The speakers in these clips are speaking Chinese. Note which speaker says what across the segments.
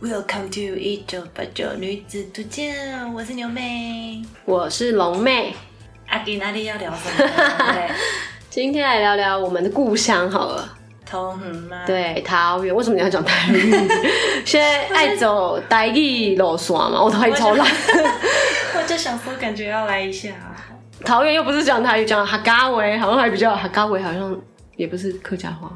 Speaker 1: Welcome to 一九八九女子图鉴，我是牛妹。
Speaker 2: 我是龙妹，
Speaker 1: 阿迪哪里要聊 什么呢？对，
Speaker 2: 今天来聊聊我们的故乡好了。
Speaker 1: 头痕吗？，
Speaker 2: 对，桃园，为什么你要讲 台语？现在爱走台语路线嘛，我台语超烂。
Speaker 1: 我就想说，感觉要来一下。啊
Speaker 2: 桃园又不是讲台语，讲哈嘎维好像还比较哈嘎维，好像也不是客家话。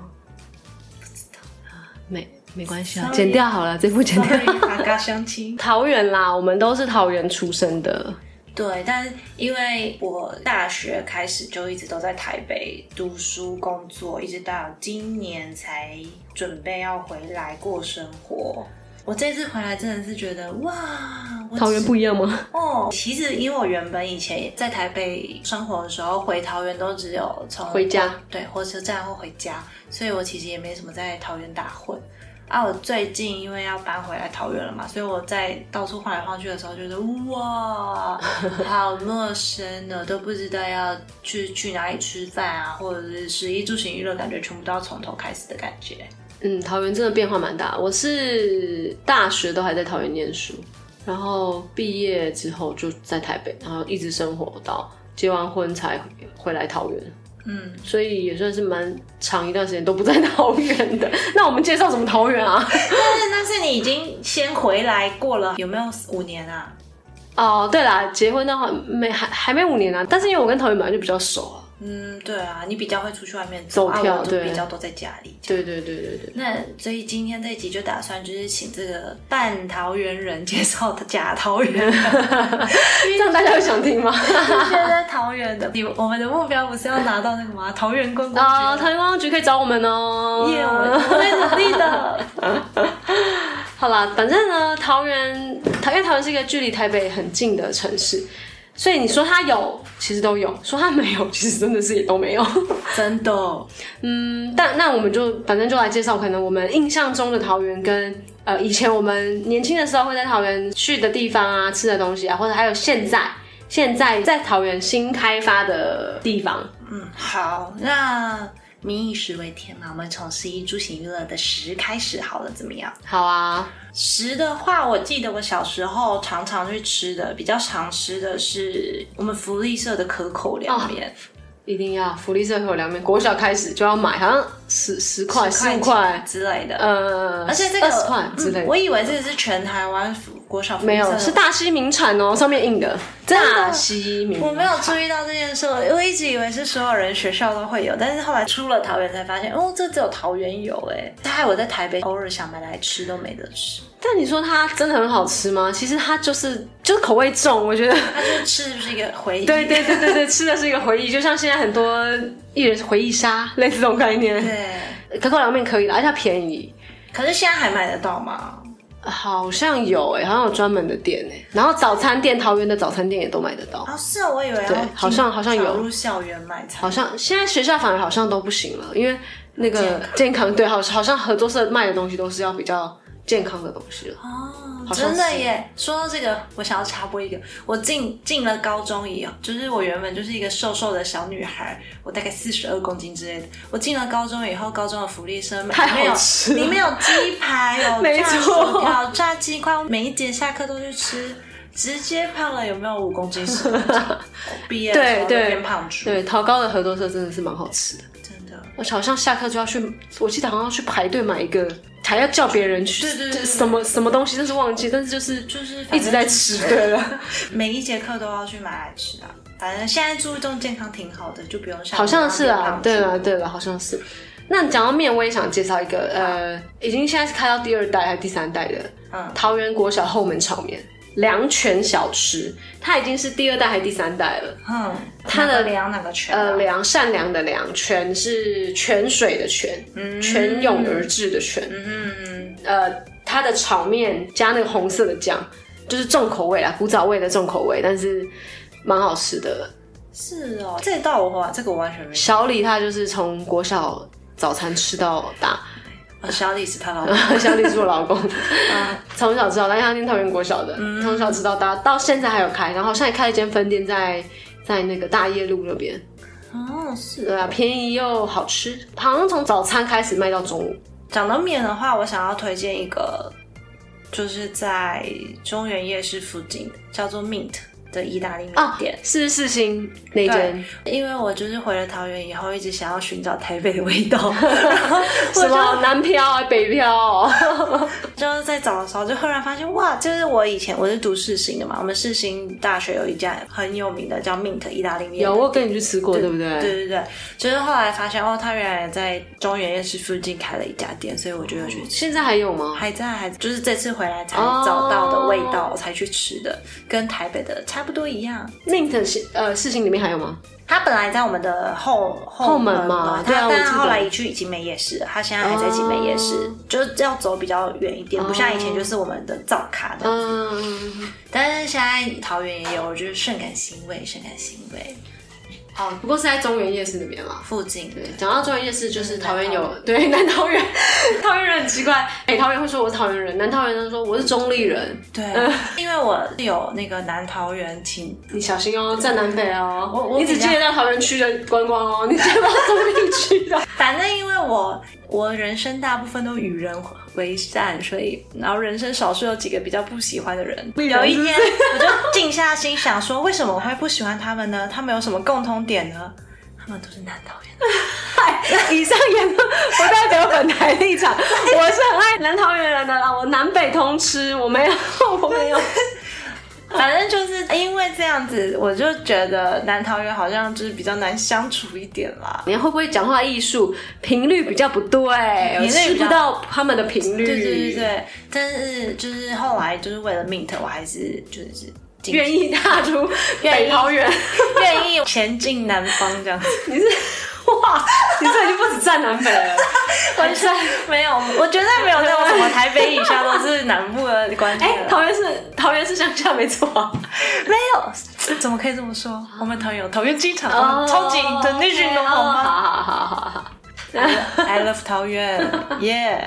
Speaker 2: 没没关系啊，
Speaker 1: Sorry
Speaker 2: 剪掉好了，这部剪掉。
Speaker 1: Sorry，阿嘎相亲。
Speaker 2: 桃园啦，我们都是桃园出生的，
Speaker 1: 对，但是因为我大学开始就一直都在台北读书工作，一直到今年才准备要回来过生活。我这次回来真的是觉得哇，我
Speaker 2: 桃园不一样吗？
Speaker 1: 哦，其实因为我原本以前在台北生活的时候，回桃园都只有从
Speaker 2: 回家
Speaker 1: 对火车站或回家，所以我其实也没什么在桃园打混。啊，我最近因为要搬回来桃园了嘛，所以我在到处晃来晃去的时候，觉得哇，好陌生的，都不知道要去去哪里吃饭啊，或者是食衣住行娱乐，感觉全部都要从头开始的感觉。
Speaker 2: 嗯，桃园真的变化蛮大。我是大学都还在桃园念书，然后毕业之后就在台北，然后一直生活到结完婚才回来桃园，
Speaker 1: 嗯，
Speaker 2: 所以也算是蛮长一段时间都不在桃园的。那我们介绍什么桃园啊？
Speaker 1: 但是但是你已经先回来过了，有没有五年啊？
Speaker 2: 哦，对啦，结婚的话没还还没五年啊，但是因为我跟桃园本来就比较熟啊。
Speaker 1: 嗯，对啊，你比较会出去外面
Speaker 2: 走跳
Speaker 1: 啊、我就
Speaker 2: 对
Speaker 1: 比较多在家里。
Speaker 2: 对对对对对，
Speaker 1: 那所以今天这一集就打算就是请这个半桃园人介绍的假桃园人，
Speaker 2: 这样大家会想听吗？
Speaker 1: 现在桃园的，你我们的目标不是要拿到那个吗？桃园观光
Speaker 2: 啊、
Speaker 1: 局。
Speaker 2: 桃园观光局可以找我们哦。
Speaker 1: 耶，我们我会努力的。
Speaker 2: 好啦，反正呢，桃园，桃因为桃园是一个距离台北很近的城市，所以你说它有，其实都有；说它没有，其实真的是也都 没有。
Speaker 1: 真的，
Speaker 2: 嗯，但那我们就反正就来介绍，可能我们印象中的桃园跟呃以前我们年轻的时候会在桃园去的地方啊、吃的东西啊，或者还有现在现在在桃园新开发的地方。
Speaker 1: 嗯，好，那民以食为天嘛，我们从十一住行娱乐的食开始好了，怎么样？
Speaker 2: 好啊，
Speaker 1: 食的话，我记得我小时候常常去吃的，比较常吃的是我们福利社的可口
Speaker 2: 哦
Speaker 1: 凉面。
Speaker 2: 一定要福利社会有凉面，国小开始就要买，好像十十块、十五
Speaker 1: 钱
Speaker 2: 块。
Speaker 1: 之类的。
Speaker 2: 呃，
Speaker 1: 嗯而且这个
Speaker 2: 二十块之
Speaker 1: 嗯
Speaker 2: 类的，
Speaker 1: 我以为这是全台湾国小福利
Speaker 2: 没
Speaker 1: 社
Speaker 2: 有，
Speaker 1: 的
Speaker 2: 是。大溪名产哦，上面印的大溪名。
Speaker 1: 我没有注意到这件事，我一直以为是所有人学校都会有，但是后来出了桃园才发现，哦，这只有桃园有哎。害我在台北偶尔想买来吃都没得吃，
Speaker 2: 但你说它真的很好吃吗？其实它就是就是口味重，我觉得。
Speaker 1: 它就吃是不是一个回忆？
Speaker 2: 对对对对对， 吃的是一个回忆，就像现在很多艺人是回忆杀，类似这种概念。
Speaker 1: 对。
Speaker 2: 可口凉面可以啦，而且它便宜，
Speaker 1: 可是现在还买得到吗？
Speaker 2: 好像有哎、好像有专门的店哎、然后早餐店，桃园的早餐店也都买得到。
Speaker 1: 哦，是哦我以为要
Speaker 2: 对好像好像有
Speaker 1: 走入校园买菜，
Speaker 2: 好像现在学校反而好像都不行了，因为那个健康对，好好像合作社卖的东西都是要比较健康的东西了。
Speaker 1: 哦，
Speaker 2: 好像
Speaker 1: 真的
Speaker 2: 是
Speaker 1: 耶！说到这个，我想要插播一个，我进进了高中以后，就是我原本就是一个瘦瘦的小女孩，我大概四十二公斤之类的。我进了高中以后，高中的福利社
Speaker 2: 太好
Speaker 1: 没有
Speaker 2: 吃了
Speaker 1: 里面有鸡排，有
Speaker 2: 没
Speaker 1: 炸薯
Speaker 2: 错
Speaker 1: 条、炸鸡块，我每一节下课都去吃，直接胖了有没有五公斤、十公 斤？毕业的时候
Speaker 2: 对
Speaker 1: 就
Speaker 2: 对
Speaker 1: 变胖猪，
Speaker 2: 对，桃高的合作社真的是蛮好吃的。
Speaker 1: 真的。
Speaker 2: 我好像下课就要去，我记得好像要去排队买一个，还要叫别人去，
Speaker 1: 对对对对
Speaker 2: 什么什么东西，但是忘记，但是就是
Speaker 1: 就是反
Speaker 2: 一直在
Speaker 1: 正
Speaker 2: 吃。对了，
Speaker 1: 每一节课都要去买来吃啊。反正现在注重健康挺好的，就不用像
Speaker 2: 好像是
Speaker 1: 我妈
Speaker 2: 啊
Speaker 1: 妈，变
Speaker 2: 对
Speaker 1: 胖
Speaker 2: 了对了，好像是。那你讲到面，我也想介绍一个，呃，已经现在是开到第二代还是第三代的，
Speaker 1: 嗯
Speaker 2: 桃园国小后门炒面良泉小吃，它已经是第二代还是第三代了。
Speaker 1: 嗯，
Speaker 2: 它
Speaker 1: 哪
Speaker 2: 的
Speaker 1: 个量哪个全、啊？
Speaker 2: 呃，良善良的良，泉是泉水的泉，泉涌而至的泉。
Speaker 1: 嗯，
Speaker 2: 呃，它的炒面加那个红色的酱，就是重口味啦，古早味的重口味，但是蛮好吃的。
Speaker 1: 是哦，这道我哇，这个我完全没。
Speaker 2: 小李他就是从国小早餐吃到大，
Speaker 1: 哦、小李是他老
Speaker 2: 小李是我老公， 从小吃到大，因为他念桃园国小的，从小吃到大，到现在还有开，然后现在开了一间分店在在那个大业路那边，
Speaker 1: 公。哦，是
Speaker 2: 对啊，便宜又好吃，好像从早餐开始卖到中午。
Speaker 1: 讲到面的话，我想要推荐一个就是在中原夜市附近的，叫做 Meat 的意大利面
Speaker 2: 哦
Speaker 1: 店。，
Speaker 2: 是四星那间，
Speaker 1: 因为我就是回了桃园以后，一直想要寻找台北的味道， 然后
Speaker 2: 什么南漂啊、北漂哦、
Speaker 1: 就是在找的时候，就忽然发现哇，就是我以前我是读世新的嘛，我们世新大学有一家很有名的叫 Mint 意大利面，
Speaker 2: 有我有啊跟你去吃过，对不
Speaker 1: 对
Speaker 2: 对？
Speaker 1: 对对，就是后来发现哦，他原来在中原夜市附近开了一家店，所以我就又去吃。
Speaker 2: 现在还有吗？
Speaker 1: 还在，还在就是这次回来才找到的味道，我才去吃的，跟台北的差不多一样。
Speaker 2: Mint 是呃四星里面还有吗？
Speaker 1: 它本来在我们的后后
Speaker 2: 后门
Speaker 1: 门
Speaker 2: 嘛对啊
Speaker 1: 它
Speaker 2: 我
Speaker 1: 但
Speaker 2: 记
Speaker 1: 它
Speaker 2: 得
Speaker 1: 后来移去景美夜市了，它现在还在景美夜市，
Speaker 2: 哦
Speaker 1: 就是要走比较远一点，不像以前
Speaker 2: 哦
Speaker 1: 就是我们的造卡的。
Speaker 2: 嗯，
Speaker 1: 但是现在桃园也有，我觉得甚感欣慰，甚感欣慰。
Speaker 2: 哦，不过是在中原夜市那边啦。
Speaker 1: 附近对
Speaker 2: 对，讲到中原夜市，就是桃园
Speaker 1: 南
Speaker 2: 有 对南桃园，桃园人很奇怪，北桃园会说我是桃园人，南桃园人说我是中立人。
Speaker 1: 对，因为我是有那个南桃园请
Speaker 2: 你小心哦，站南北哦，
Speaker 1: 我我
Speaker 2: 你只
Speaker 1: 比较
Speaker 2: 接得到桃园区的观光 哦，你接不到中立区的。
Speaker 1: 反正因为我我人生大部分都与人为善，所以然后人生少数有几个比较不喜欢的人。
Speaker 2: 例如
Speaker 1: 有一天我就静下心想说，为什么我会不喜欢他们呢？他们有什么共通点呢？他们都是南桃园的。
Speaker 2: 以上言论不代表本台立 场，我是很爱南桃园人的啦，我南北通吃，我没有， 我没有。
Speaker 1: 反正就是因为这样子，我就觉得南桃园好像就是比较难相处一点啦。
Speaker 2: 你会不会讲话艺术频率比较不对，我
Speaker 1: 率比较
Speaker 2: 吃不到他们的频率？
Speaker 1: 对对对对，但是就是后来就是为了 Mint，我还是就是进
Speaker 2: 愿意踏出
Speaker 1: 愿意
Speaker 2: 北桃园，
Speaker 1: 愿意前进南方这样子。
Speaker 2: 你是哇，你这已经不止站南北了，
Speaker 1: 完全 没有，我绝对没有那种什么台北以下都是南部的观
Speaker 2: 哎、
Speaker 1: 点。
Speaker 2: 桃园是桃园是乡下没错啊、
Speaker 1: 没有，啊怎么可以这么说？我们桃园有桃园机场，啊
Speaker 2: 哦
Speaker 1: 超级 international 好吗
Speaker 2: 好好好好好。
Speaker 1: ？I love 桃 园耶！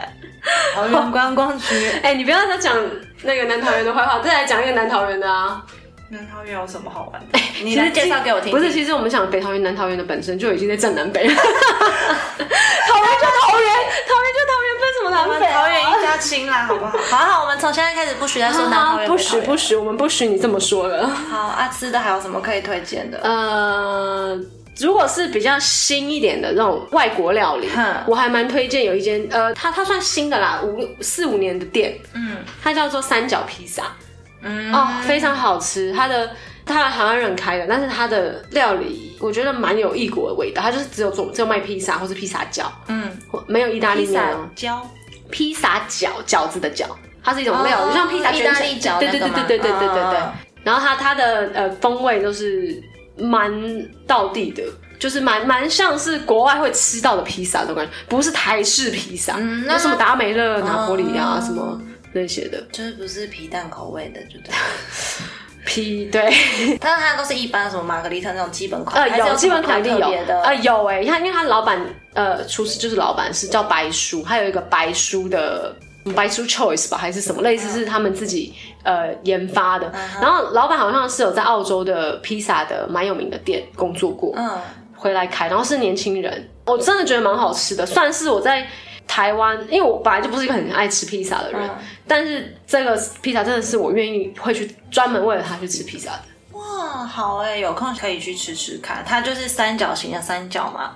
Speaker 1: 桃园观光局。
Speaker 2: 哎、你不要再讲那个南桃园的坏话，再来讲一个南桃园的啊。
Speaker 1: 那桃园有什么好玩的？你
Speaker 2: 其
Speaker 1: 来
Speaker 2: 实
Speaker 1: 哎介绍给我听。
Speaker 2: 不是，，其实我们讲北桃园、南桃园的本身就已经在正 南北了。桃园就桃园，桃园就桃园，分什么
Speaker 1: 我
Speaker 2: 南
Speaker 1: 们
Speaker 2: 北啊、
Speaker 1: 桃园一家亲啦，好不 好？好好，我们从现在开始不许再说南桃园。
Speaker 2: 啊
Speaker 1: 北桃
Speaker 2: 不许
Speaker 1: 园
Speaker 2: 不许，我们不许你这么说了。
Speaker 1: 好，阿吃的还有什么可以推荐的？
Speaker 2: 呃，如果是比较新一点的那种外国料理
Speaker 1: 哼，
Speaker 2: 我还蛮推荐有一间，呃，它它算新的啦，五四五年的店，
Speaker 1: 嗯
Speaker 2: 它叫做三角披萨。
Speaker 1: 嗯
Speaker 2: 哦，非常好吃。它的它台湾人开的，但是它的料理我觉得蛮有异国的味道。它就是只有做只有卖披萨或是披萨饺，
Speaker 1: 嗯，
Speaker 2: 或没有意大利
Speaker 1: 披
Speaker 2: 面
Speaker 1: 萨
Speaker 2: 哦。
Speaker 1: 椒
Speaker 2: 披萨饺，饺子的饺，它是一种料
Speaker 1: 哦
Speaker 2: 理，就像披萨卷
Speaker 1: 意大利饺
Speaker 2: 对
Speaker 1: 那
Speaker 2: 对对
Speaker 1: 个吗
Speaker 2: 对对对对对对
Speaker 1: 嗯。
Speaker 2: 然后它它的呃风味都是蛮道地的。就是蛮蛮像是国外会吃到的披萨的感觉，不是台式披萨，
Speaker 1: 嗯那
Speaker 2: 有什么达美乐、拿破里啊、
Speaker 1: 哦
Speaker 2: 什么那些的
Speaker 1: 就是不是皮蛋口味的，就对。
Speaker 2: 披，对，
Speaker 1: 但是它都是一般什么玛格丽特那种基本款，
Speaker 2: 呃，
Speaker 1: 还是
Speaker 2: 有基
Speaker 1: 什么
Speaker 2: 本款一定
Speaker 1: 比较
Speaker 2: 有
Speaker 1: 特别的，
Speaker 2: 呃，有哎、欸，他因为他老板呃，厨师就是老板是叫白叔，他有一个白叔的嗯白叔 choice 吧，还是
Speaker 1: 嗯
Speaker 2: 什么类似是他们自己呃研发的。然后老板好像是有在澳洲的披萨的蛮有名的店工作过，
Speaker 1: 嗯，
Speaker 2: 回来开，然后是年轻人，我真的觉得蛮好吃的，算是我在台湾，因为我本来就不是一个很爱吃披萨的人，
Speaker 1: 嗯
Speaker 2: 但是这个披萨真的是我愿意会去专门为了他去吃披萨的。
Speaker 1: 哇，好哎、有空可以去吃吃看。它就是三角形的三角嘛，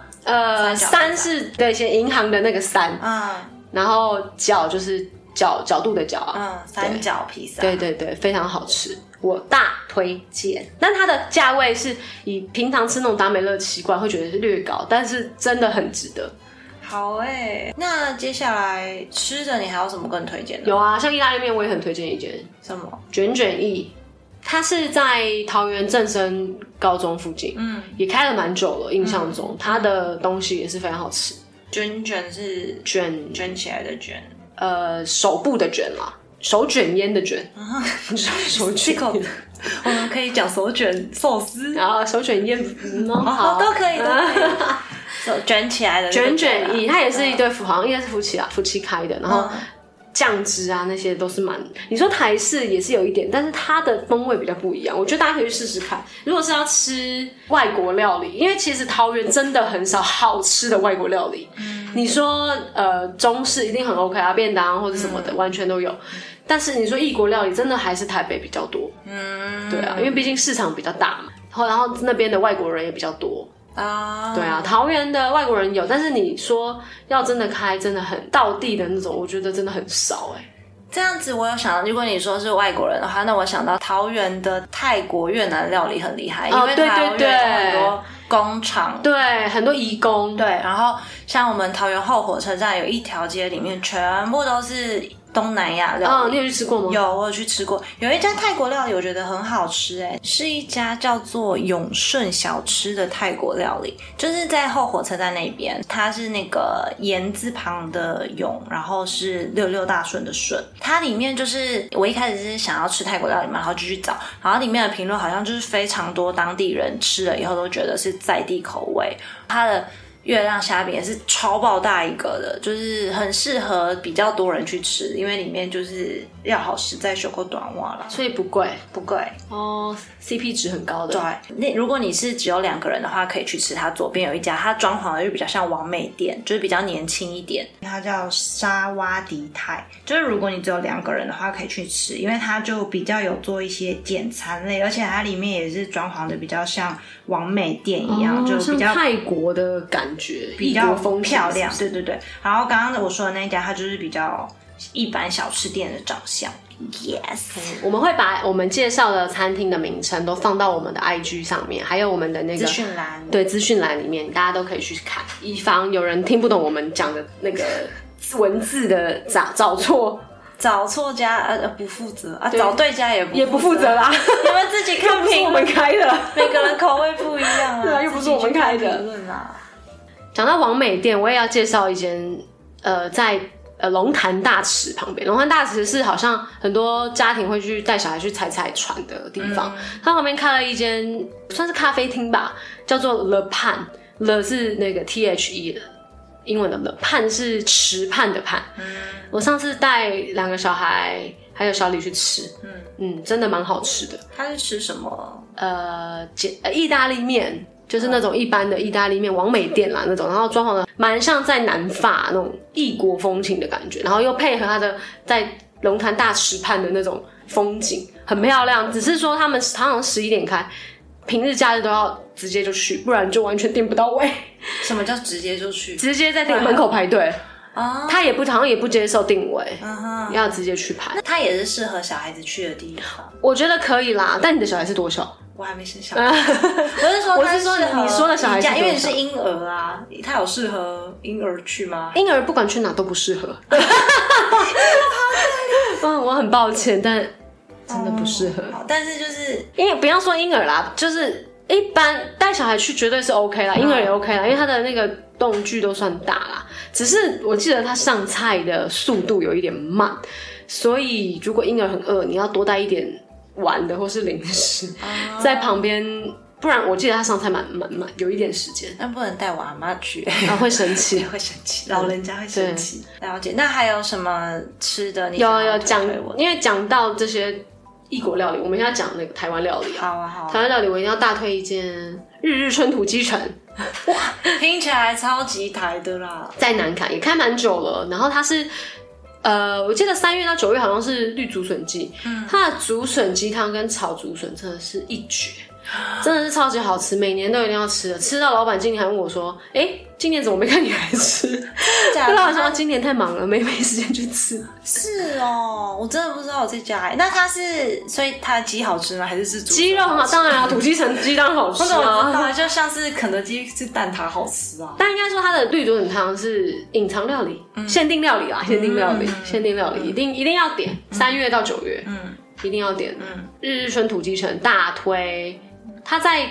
Speaker 1: 三
Speaker 2: 呃，
Speaker 1: 角啊
Speaker 2: 三
Speaker 1: 披萨
Speaker 2: 是对，先银行的那个三，
Speaker 1: 嗯
Speaker 2: 然后角就是角角度的角啊，
Speaker 1: 嗯，三角披萨，
Speaker 2: 对对对，非常好吃，我大推荐。但它的价位是以平常吃那种达美乐习惯会觉得是略高，但是真的很值得。
Speaker 1: 好哎、那接下来吃的你还有什么更推荐的？
Speaker 2: 有啊，像意大利面我也很推荐一间
Speaker 1: 什么？
Speaker 2: 卷卷意，它是在桃园正生高中附近，
Speaker 1: 嗯，
Speaker 2: 也开了蛮久了，印象中、它的东西也是非常好吃，
Speaker 1: 卷卷是
Speaker 2: 卷
Speaker 1: 卷起来的卷，
Speaker 2: 呃手部的卷啦，手卷烟的卷，
Speaker 1: 啊 这
Speaker 2: 手卷
Speaker 1: 口
Speaker 2: 烟，
Speaker 1: 我们可以讲手卷寿司，
Speaker 2: 然后啊手卷烟，嗯，
Speaker 1: 哦，
Speaker 2: 好
Speaker 1: 都。可以，都可 以。手卷起来的那个
Speaker 2: 卷卷
Speaker 1: 啊
Speaker 2: 意，它也是一对夫，好像应该是夫妻啊，夫妻开的，然后
Speaker 1: 嗯
Speaker 2: 酱汁啊那些都是蛮，你说台式也是有一点，但是它的风味比较不一样，我觉得大家可以去试试看。如果是要吃外国料理，因为其实桃园真的很少好吃的外国料理，你说呃中式一定很 OK 啊，便当或者什么的、完全都有，但是你说异国料理，真的还是台北比较多。嗯，对啊，因为毕竟市场比较大嘛，然后然后那边的外国人也比较多。
Speaker 1: 啊，
Speaker 2: 对啊，桃园的外国人有，但是你说要真的开，真的很道地的那种，我觉得真的很少哎、
Speaker 1: 这样子我有想到，如果你说是外国人的话，那我想到桃园的泰国越南料理很厉害，
Speaker 2: 哦
Speaker 1: 因为
Speaker 2: 对
Speaker 1: 桃
Speaker 2: 对对
Speaker 1: 园有很多工厂。
Speaker 2: 对，很多移工，
Speaker 1: 对，然后像我们桃园后火车站有一条街，里面全部都是东南亚料
Speaker 2: 嗯，
Speaker 1: 理。
Speaker 2: 你有去吃过吗？
Speaker 1: 有，我有去吃过，有一家泰国料理，我觉得很好吃、哎，是一家叫做永顺小吃的泰国料理，就是在后火车站那边，它是那个言字旁的永，然后是六六大顺的顺，它里面就是我一开始是想要吃泰国料理嘛，然后就去找，然后里面的评论好像就是非常多当地人吃了以后都觉得是在地口味，它的。月亮虾饼也是超爆大一个的，就是很适合比较多人去吃，因为里面就是要好实在修过短袜啦，
Speaker 2: 所以不贵
Speaker 1: 不贵。
Speaker 2: 哦，CP 值很高
Speaker 1: 对
Speaker 2: 的。，
Speaker 1: 那如果你是只有两个人的话，可以去吃它左边有一家，它装潢的就比较像完美店，就是比较年轻一点。它叫沙瓦迪泰，就是如果你只有两个人的话，可以去吃，因为它就比较有做一些简餐类，而且它里面也是装潢的比较像完美店一样，
Speaker 2: 哦
Speaker 1: 啊就比
Speaker 2: 像
Speaker 1: 较
Speaker 2: 泰国的感觉，
Speaker 1: 比
Speaker 2: 异
Speaker 1: 较
Speaker 2: 国风情
Speaker 1: 漂亮，
Speaker 2: 是
Speaker 1: 对对对。然后刚刚我说的那一家，它就是比较一般小吃店的长相。
Speaker 2: 不
Speaker 1: Yes，
Speaker 2: 是。我们会把我们介绍的餐厅的名称都放到我们的 IG 上面，还有我们的那
Speaker 1: 资
Speaker 2: 个
Speaker 1: 讯栏
Speaker 2: 对资讯栏里面，大家都可以去看，以防有人听不懂我们讲的那个文字的找找错，
Speaker 1: 找错家呃不负责啊，
Speaker 2: 对
Speaker 1: 找对家也不
Speaker 2: 也不负责啦，
Speaker 1: 你们自己看
Speaker 2: 又不是我
Speaker 1: 评
Speaker 2: 们
Speaker 1: 论，
Speaker 2: 开的。
Speaker 1: 每个人口味不一样啊，
Speaker 2: 对啊又不是我们开的
Speaker 1: 自己去看评论啊。
Speaker 2: 讲到王美店，我也要介绍一间，呃，在呃龙潭大池旁边。龙潭大池是好像很多家庭会去带小孩去踩踩船的地方。它旁边开了一间算是咖啡厅吧，叫做 The Pan。The 是那个 T H E 的英文的 The Pan 是池畔的畔。我上次带两个小孩还有小李去吃，嗯嗯，真的蛮好吃的。
Speaker 1: 他是吃什么？
Speaker 2: 呃，简呃意大利面，就是
Speaker 1: 嗯
Speaker 2: 那种一般的意大利面，王美店啦那种，然后装潢的蛮像在南法那种异国风情的感觉，然后又配合它的在龙潭大石畔的那种风景，很漂亮。只是说他们常常十一点开，平日假日都要直接就去，不然就完全订不到位，
Speaker 1: 什么叫直接就去
Speaker 2: 直接在店门口排队。
Speaker 1: 啊？
Speaker 2: 他也不好像也不接受定位，
Speaker 1: 嗯哼，
Speaker 2: 要直接去排。
Speaker 1: 那它也是适合小孩子去的地方。
Speaker 2: 我觉得可以啦，但你的小孩是多小？
Speaker 1: 我还没生小孩，啊我是说
Speaker 2: 我
Speaker 1: 它
Speaker 2: 是说
Speaker 1: 适合
Speaker 2: 你说的小孩
Speaker 1: 宜家
Speaker 2: 是
Speaker 1: 因为你
Speaker 2: 多少
Speaker 1: 是婴儿啊，他有适合婴儿去吗？
Speaker 2: 婴儿不管去哪都不适合。 嗯，我很抱歉，但真的不适合。
Speaker 1: 嗯好，但是就是
Speaker 2: 因为不要说婴儿啦，就是一般带小孩去绝对是 OK 啦，婴儿也 OK 啦，因为他的那个动距都算大啦。只是我记得他上菜的速度有一点慢，所以如果婴儿很饿，你要多带一点玩的或是零食、在旁边，不然我记得他上菜蛮蛮蛮有一点时 间，
Speaker 1: 那不能带我阿妈去，
Speaker 2: 然后会生气
Speaker 1: 也。会生气，老人家会生气。了解。那还有什么吃的？你想
Speaker 2: 有
Speaker 1: 要
Speaker 2: 有
Speaker 1: 推
Speaker 2: 讲
Speaker 1: 给我，的
Speaker 2: 因为讲到这些异国料理，我们现在讲那个台湾料理啊。
Speaker 1: 好啊好
Speaker 2: 台
Speaker 1: 啊，
Speaker 2: 湾料理我一定要大推一间日日春土鸡城，
Speaker 1: 听起来超级台的 啦。
Speaker 2: 在南坎也开蛮久了。然后它是，呃，我记得三月到九月好像是绿竹笋季，
Speaker 1: 嗯
Speaker 2: 它的竹笋鸡汤跟炒竹笋真的是一绝，真的是超级好吃，每年都一定要吃的。吃到老板今年还问我说：“哎、今年怎么没看你来吃？”
Speaker 1: 假
Speaker 2: 老板
Speaker 1: 的
Speaker 2: 说
Speaker 1: 吗
Speaker 2: 今年太忙了，没没时间去吃。
Speaker 1: 是哦，我真的不知道我这家欸。那它是，所以它的鸡好吃吗？还是是猪
Speaker 2: 鸡肉嘛，当然啊，土鸡城鸡当然好吃
Speaker 1: 我怎么知
Speaker 2: 啊。
Speaker 1: 道？就像是肯德基是蛋挞好吃啊。
Speaker 2: 但应该说它的绿竹笋汤是隐藏料理、
Speaker 1: 嗯
Speaker 2: 限定料理啦，啊限定料理、限定料理，一定一定要点，三月到九月，
Speaker 1: 嗯
Speaker 2: 一定要点。
Speaker 1: 嗯，
Speaker 2: 日日春土鸡城大推，它在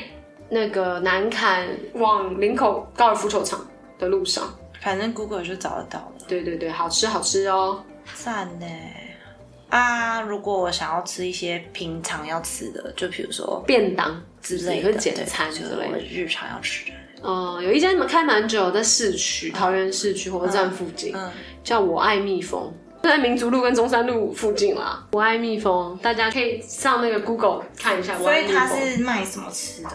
Speaker 2: 那个南坎往林口高尔夫球场的路上。
Speaker 1: 反正 Google 就找得到了。
Speaker 2: 对对对，好吃好吃哦。
Speaker 1: 赞呢。啊，如果我想要吃一些平常要吃的，就比如说
Speaker 2: 便当
Speaker 1: 之
Speaker 2: 之
Speaker 1: 类
Speaker 2: 或
Speaker 1: 的
Speaker 2: 者简餐
Speaker 1: 对
Speaker 2: 之
Speaker 1: 就是
Speaker 2: 类
Speaker 1: 我
Speaker 2: 的。
Speaker 1: 日常要吃的。
Speaker 2: 嗯，有一间开蛮久，在市区桃园市区火车站附近。
Speaker 1: 嗯，
Speaker 2: 叫我爱蜜蜂，在民族路跟中山路附近啦。我爱蜜蜂，大家可以上那个 Google 看一下。我
Speaker 1: 所
Speaker 2: 爱
Speaker 1: 以
Speaker 2: 蜜
Speaker 1: 它
Speaker 2: 蜂，
Speaker 1: 是卖什么吃的？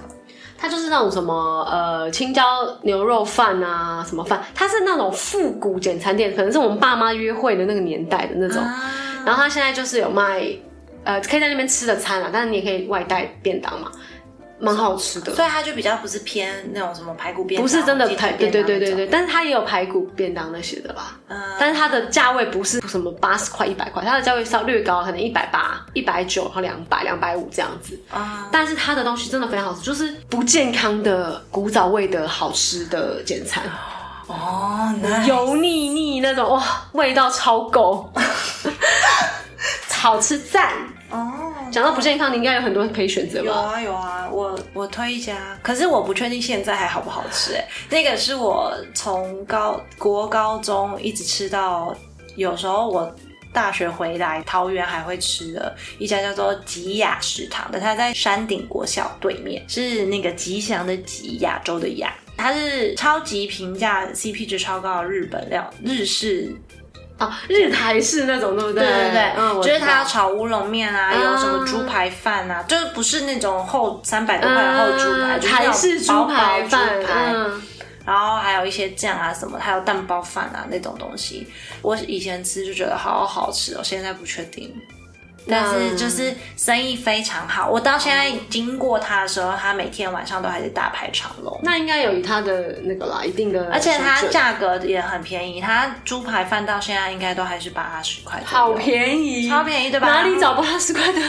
Speaker 2: 它就是那种什么呃青椒牛肉饭啊，什么饭，它是那种复古简餐店，可能是我们爸妈约会的那个年代的那种。
Speaker 1: 啊
Speaker 2: 然后他现在就是有卖，呃，可以在那边吃的餐啦，但是你也可以外带便当嘛，蛮好吃的。
Speaker 1: 所以它就比较不是偏那种什么排骨便当，
Speaker 2: 不是真的
Speaker 1: 鸡腿
Speaker 2: 排，对
Speaker 1: 便当
Speaker 2: 对对对
Speaker 1: 那种
Speaker 2: 对，，但是它也有排骨便当那些的啦。
Speaker 1: 嗯
Speaker 2: 但是它的价位不是什么八十块、一百块，它的价位稍略高，可能一百八、一百九，然后两百、两百五这样子。
Speaker 1: 啊，
Speaker 2: 但是它的东西真的非常好吃，就是不健康的古早味的好吃的简餐，
Speaker 1: 哦，那
Speaker 2: 油腻腻那种，哇，味道超 够，好吃赞。
Speaker 1: 哦，
Speaker 2: 讲到不健康，你应该有很多可以选择
Speaker 1: 有
Speaker 2: 吧？
Speaker 1: 啊有啊，我我推一家，可是我不确定现在还好不好吃哎、那个是我从高国高中一直吃到，有时候我大学回来桃园还会吃的一家叫做吉雅食堂的，它在山顶国小对面，是那个吉祥的吉，亚洲的亚。它是超级平价、CP 值超高的日本料日式
Speaker 2: 哦，日台式那种，对不对？
Speaker 1: 对对对，
Speaker 2: 嗯，我
Speaker 1: 就是
Speaker 2: 知道
Speaker 1: 它要炒乌龙面啊，
Speaker 2: 嗯
Speaker 1: 有什么猪排饭啊，就是不是那种厚三百多块的厚猪排，
Speaker 2: 嗯
Speaker 1: 就是那
Speaker 2: 呃台
Speaker 1: 种
Speaker 2: 式
Speaker 1: 薄
Speaker 2: 猪
Speaker 1: 薄
Speaker 2: 排
Speaker 1: 猪
Speaker 2: 饭，
Speaker 1: 排
Speaker 2: 嗯
Speaker 1: 然后还有一些酱啊什么，还有蛋包饭啊那种东西。我以前吃就觉得好好吃哦，现在不确定。但
Speaker 2: 嗯
Speaker 1: 是就是生意非常好，我到现在经过它的时候，它每天晚上都还是大排长龙。
Speaker 2: 那应该有它的那个啦，一定的，
Speaker 1: 而且它价格也很便宜，它猪排饭到现在应该都还是八十块左右，
Speaker 2: 好便宜，
Speaker 1: 超便宜对吧？
Speaker 2: 哪里找八十块的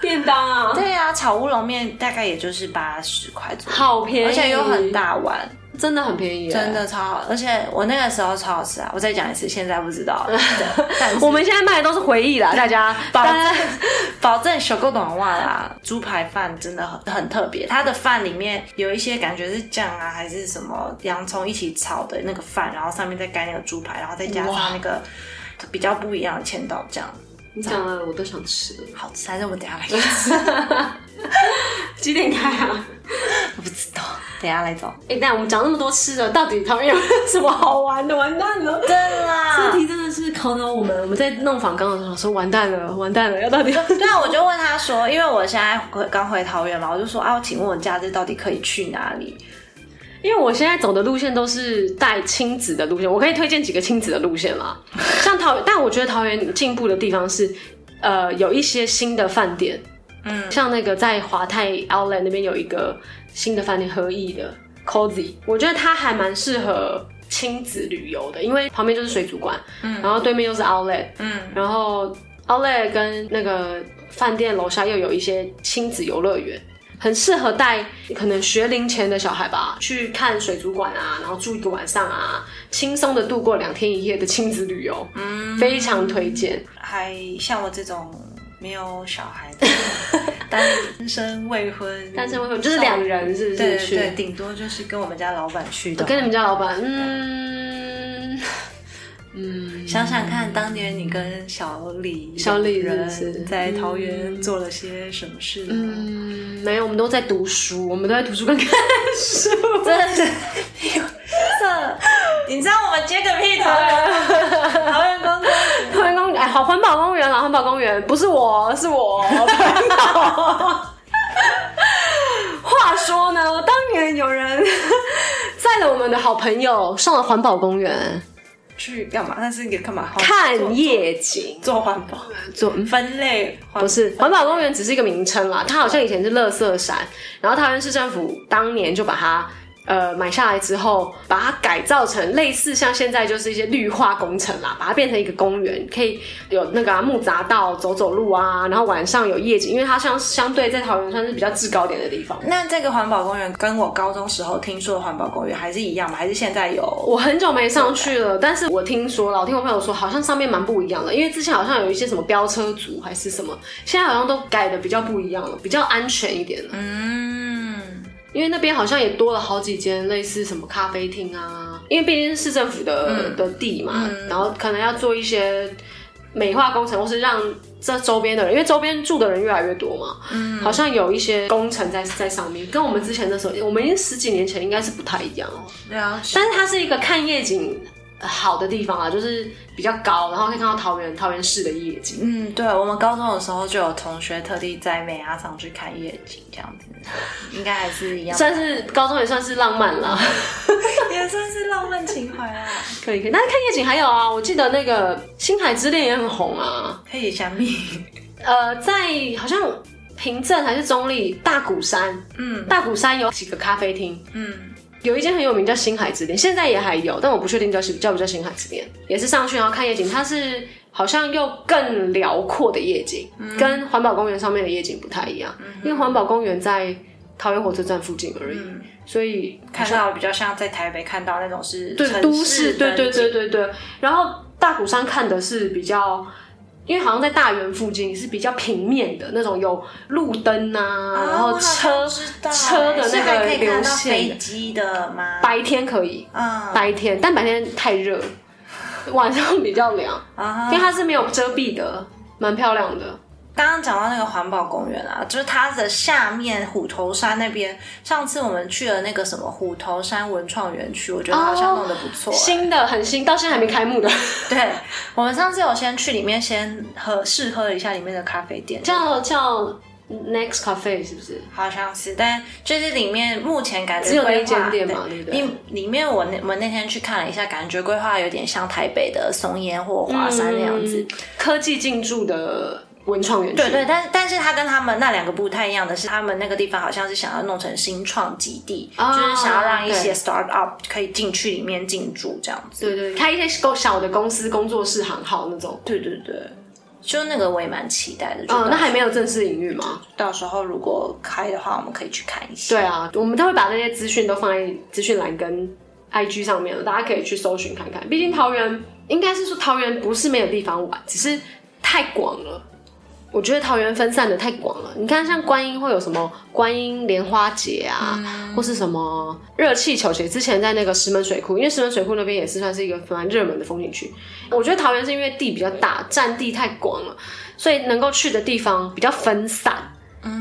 Speaker 2: 便当 啊？
Speaker 1: 对啊，炒乌龙面大概也就是八十块左右，
Speaker 2: 好便宜，
Speaker 1: 而且又很，大碗，
Speaker 2: 真的很便宜，
Speaker 1: 真。的超好。而且我那个时候超好吃啊！我再讲一次，现在不知 道，对但是
Speaker 2: 我们现在卖的都是回忆啦，大家，
Speaker 1: 保
Speaker 2: 大
Speaker 1: 证
Speaker 2: 家
Speaker 1: 保证小狗懂话啦。猪排饭真的很很特别，它的饭里面有一些感觉是酱啊还是什么洋葱一起炒的那个饭，然后上面再盖那个猪排，然后再加上那个比较不一样的千岛酱，
Speaker 2: 你讲了我都想吃了，
Speaker 1: 好吃。还是我们等一下来 吃？
Speaker 2: 几点开啊？
Speaker 1: 我不知道，等一下来找。
Speaker 2: 哎，但我们讲那么多吃的，到底他们有没有什么好玩的？完蛋了！
Speaker 1: 对啦，
Speaker 2: 这题真的是考到我们，我们在弄仿纲的时候说完蛋了，完蛋了，要到 底
Speaker 1: 对啊，我就问他说，因为我现在回刚回桃园嘛，我就说啊，请问我假日到底可以去哪里？
Speaker 2: 因为我现在走的路线都是带亲子的路线，我可以推荐几个亲子的路线 啦。像桃，但我觉得桃园进步的地方是，呃，有一些新的饭店，嗯，像那个在华泰 Outlet 那边有一个新的饭店，合意的 Cozy，我觉得它还蛮适合亲子旅游的，因为旁边就是水族馆，嗯，然后对面又是 Outlet，
Speaker 1: 嗯，
Speaker 2: 然后 Outlet 跟那个饭店楼下又有一些亲子游乐园，很适合带可能学龄前的小孩吧，去看水族馆啊，然后住一个晚上啊，轻松的度过两天一夜的亲子旅游，嗯，非常推荐。
Speaker 1: 还像我这种没有小孩 的单身未婚，
Speaker 2: 单身未婚就是两人是不
Speaker 1: 对
Speaker 2: 是
Speaker 1: 对
Speaker 2: 去？
Speaker 1: 对，顶多就是跟我们家老板去的。
Speaker 2: 跟你们家老板，嗯嗯，
Speaker 1: 想想看，当年你跟小李
Speaker 2: 小李
Speaker 1: 人
Speaker 2: 是不是
Speaker 1: 在桃园做了些什么事呢？
Speaker 2: 嗯，没有，我们都在读书，我们都在图书馆看书。
Speaker 1: 真的是，这你知道我们接个屁桃园 桃园公司。
Speaker 2: 桃园公园，哎，好，环保公园啦，环保公园，不是我，是我环保。话说呢，当年有人载了我们的好朋友上了环保公园
Speaker 1: 去干嘛？那是给干嘛？做
Speaker 2: 看夜景，
Speaker 1: 做环保，
Speaker 2: 做嗯
Speaker 1: 分类环
Speaker 2: 不是环保公园只是一个名称啦，它好像以前是乐色山，然后桃园市政府当年就把它呃买下来之后，把它改造成类似像现在就是一些绿化工程啦，把它变成一个公园，可以有那个、啊、木匝道走走路啊，然后晚上有夜景，因为它相相对在桃园算是比较制高点的地方。
Speaker 1: 那这个环保公园跟我高中时候听说的环保公园还是一样吗？还是现在有？
Speaker 2: 我很久没上去了，但是我听说了，我听我朋友说，好像上面蛮不一样的，因为之前好像有一些什么飙车族还是什么，现在好像都改的比较不一样了，比较安全一点了。
Speaker 1: 嗯，
Speaker 2: 因为那边好像也多了好几间类似什么咖啡厅啊，因为毕竟是市政府的、的地嘛，然后可能要做一些美化工程，或是让这周边的人，因为周边住的人越来越多嘛，嗯，好像有一些工程在在上面，跟我们之前的时候，我们已经十几年前应该是不太一样了。
Speaker 1: 了解。
Speaker 2: 但是它是一个看夜景好的地方啊，就是比较高，然后可以看到桃园桃园市的夜景。
Speaker 1: 嗯，对，我们高中的时候就有同学特地在美亚上去看夜景，这样子，应该还是一样。
Speaker 2: 算是高中也算是浪漫啦，
Speaker 1: 也也算是浪漫情怀啊。
Speaker 2: 可以可以，那看夜景还有啊，我记得那个《星海之恋》也很红啊。
Speaker 1: 可以想你，
Speaker 2: 呃，在好像平镇还是中立大鼓山，
Speaker 1: 嗯
Speaker 2: 大鼓山有几个咖啡厅，
Speaker 1: 嗯，
Speaker 2: 有一间很有名叫星海之恋，现在也还有，但我不确定叫叫不叫星海之恋，也是上去然后看夜景，它是好像又更辽阔的夜景，
Speaker 1: 嗯
Speaker 2: 跟环保公园上面的夜景不太一样，因为环保公园在桃园火车站附近而已，
Speaker 1: 嗯
Speaker 2: 所以
Speaker 1: 看到比较像在台北看到那种是
Speaker 2: 对
Speaker 1: 城
Speaker 2: 都市，对
Speaker 1: 灯
Speaker 2: 对
Speaker 1: 景
Speaker 2: 对对对。然后大鼓山看的是比较，因为好像在大园附近是比较平面的那种，有路灯啊，
Speaker 1: 哦
Speaker 2: 然后
Speaker 1: 我好像
Speaker 2: 车
Speaker 1: 知道
Speaker 2: 车的
Speaker 1: 所以
Speaker 2: 那个
Speaker 1: 还可以看
Speaker 2: 流
Speaker 1: 到
Speaker 2: 线
Speaker 1: 飞
Speaker 2: 的，
Speaker 1: 机的吗？
Speaker 2: 白天可以，
Speaker 1: 嗯啊
Speaker 2: 白天，但白天太热，晚上比较凉，因
Speaker 1: 哈，
Speaker 2: 为它是没有遮蔽的，蛮漂亮的。
Speaker 1: 刚刚讲到那个环保公园啊，就是它的下面虎头山那边，上次我们去了那个什么虎头山文创园区，我觉得好像弄得不错、欸
Speaker 2: 哦新的很新，到现在还没开幕的，
Speaker 1: 对，我们上次有先去里面先喝试喝了一下里面的咖啡店，
Speaker 2: 叫叫 Next Cafe 是不是？
Speaker 1: 好像是，但就是里面目前感觉
Speaker 2: 只有那
Speaker 1: 规
Speaker 2: 一间
Speaker 1: 划
Speaker 2: 店嘛对不对
Speaker 1: 里里面我那我那天去看了一下，感觉规划有点像台北的松烟或华山那样子。
Speaker 2: 嗯科技进驻的文创园区，
Speaker 1: 对对，但是但是它跟他们那两个不太一样的是，他们那个地方好像是想要弄成新创基地，
Speaker 2: 哦
Speaker 1: 就是想要让一
Speaker 2: 对
Speaker 1: 些 start up 可以进去里面进驻这样子。
Speaker 2: 对对，开一些公小的公司工作室行号那种。
Speaker 1: 对对对，就那个我也蛮期待的。就
Speaker 2: 嗯，那
Speaker 1: 到
Speaker 2: 还没有正式营运吗？
Speaker 1: 到时候如果开的话，我们可以去看一下。
Speaker 2: 对啊，我们都会把这些资讯都放在资讯栏跟 IG 上面了，大家可以去搜寻看看。毕竟桃园应该是说桃园不是没有地方玩，只是太广了。我觉得桃园分散的太广了。你看，像观音会有什么观音莲花节啊，或是什么热气球节？之前在那个石门水库，因为石门水库那边也是算是一个蛮热门的风景区。我觉得桃园是因为地比较大，占地太广了，所以能够去的地方比较分散，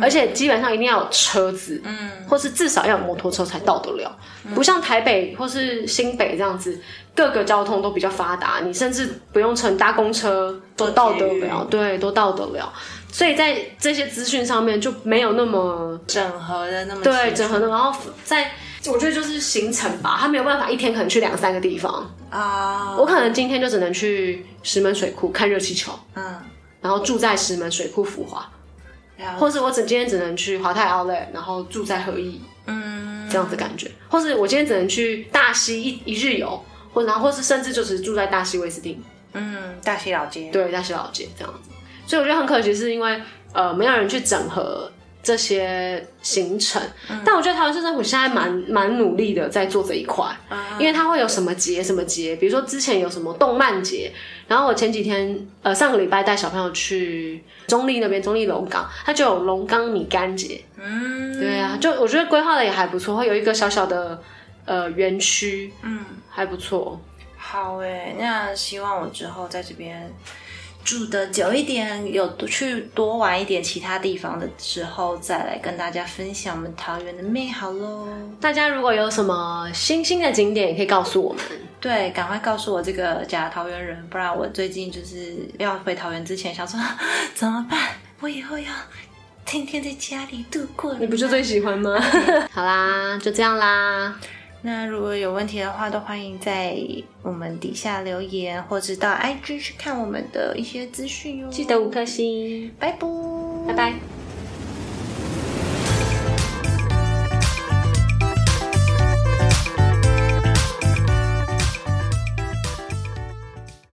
Speaker 2: 而且基本上一定要有车子，嗯，或是至少要有摩托车才到得了，不像台北或是新北这样子，各个交通都比较发达，你甚至不用乘搭公车都到得
Speaker 1: 坐捷运
Speaker 2: 了，对，都到得了。所以在这些资讯上面就没有那么
Speaker 1: 整合的那么
Speaker 2: 对
Speaker 1: 清楚
Speaker 2: 整合的，然后在我觉得就是行程吧，他没有办法一天可能去两三个地方，
Speaker 1: 啊，
Speaker 2: 我可能今天就只能去石门水库看热气球，
Speaker 1: 嗯，
Speaker 2: 然后住在石门水库浮华，
Speaker 1: 然后
Speaker 2: 或是我只今天只能去华泰 Outlet，然后住在和义
Speaker 1: 嗯，
Speaker 2: 这样子感觉，或是我今天只能去大溪一一日游，或然后或是甚至就只是住在大溪威斯汀，
Speaker 1: 嗯，大溪老街，
Speaker 2: 对，大溪老街这样子。所以我觉得很可惜，是因为呃没有人去整合这些行程。
Speaker 1: 嗯
Speaker 2: 但我觉得台湾市政府现在蛮蛮努力的在做这一块，
Speaker 1: 嗯
Speaker 2: 因为它会有什么节什么节，比如说之前有什么动漫节，然后我前几天呃上个礼拜带小朋友去中立那边中立龙岗，它就有龙岗米干节。
Speaker 1: 嗯
Speaker 2: 对啊，就我觉得规划的也还不错，会有一个小小的呃园区，
Speaker 1: 嗯，
Speaker 2: 还不错。
Speaker 1: 好诶，那希望我之后在这边住的久一点，有多去多玩一点其他地方的时候，再来跟大家分享我们桃园的美好喽。
Speaker 2: 大家如果有什么新兴的景点，也可以告诉我们。
Speaker 1: 对，赶快告诉我这个假桃园人，不然我最近就是要回桃园之前，想说 怎么办，我以后要天天在家里度过了。
Speaker 2: 你不是最喜欢吗？ 好啦，就这样啦，
Speaker 1: 那如果有问题的话，都欢迎在我们底下留言，或者到 IG 去看我们的一些资讯哟。
Speaker 2: 记得五颗星，
Speaker 1: 拜拜，
Speaker 2: 拜拜。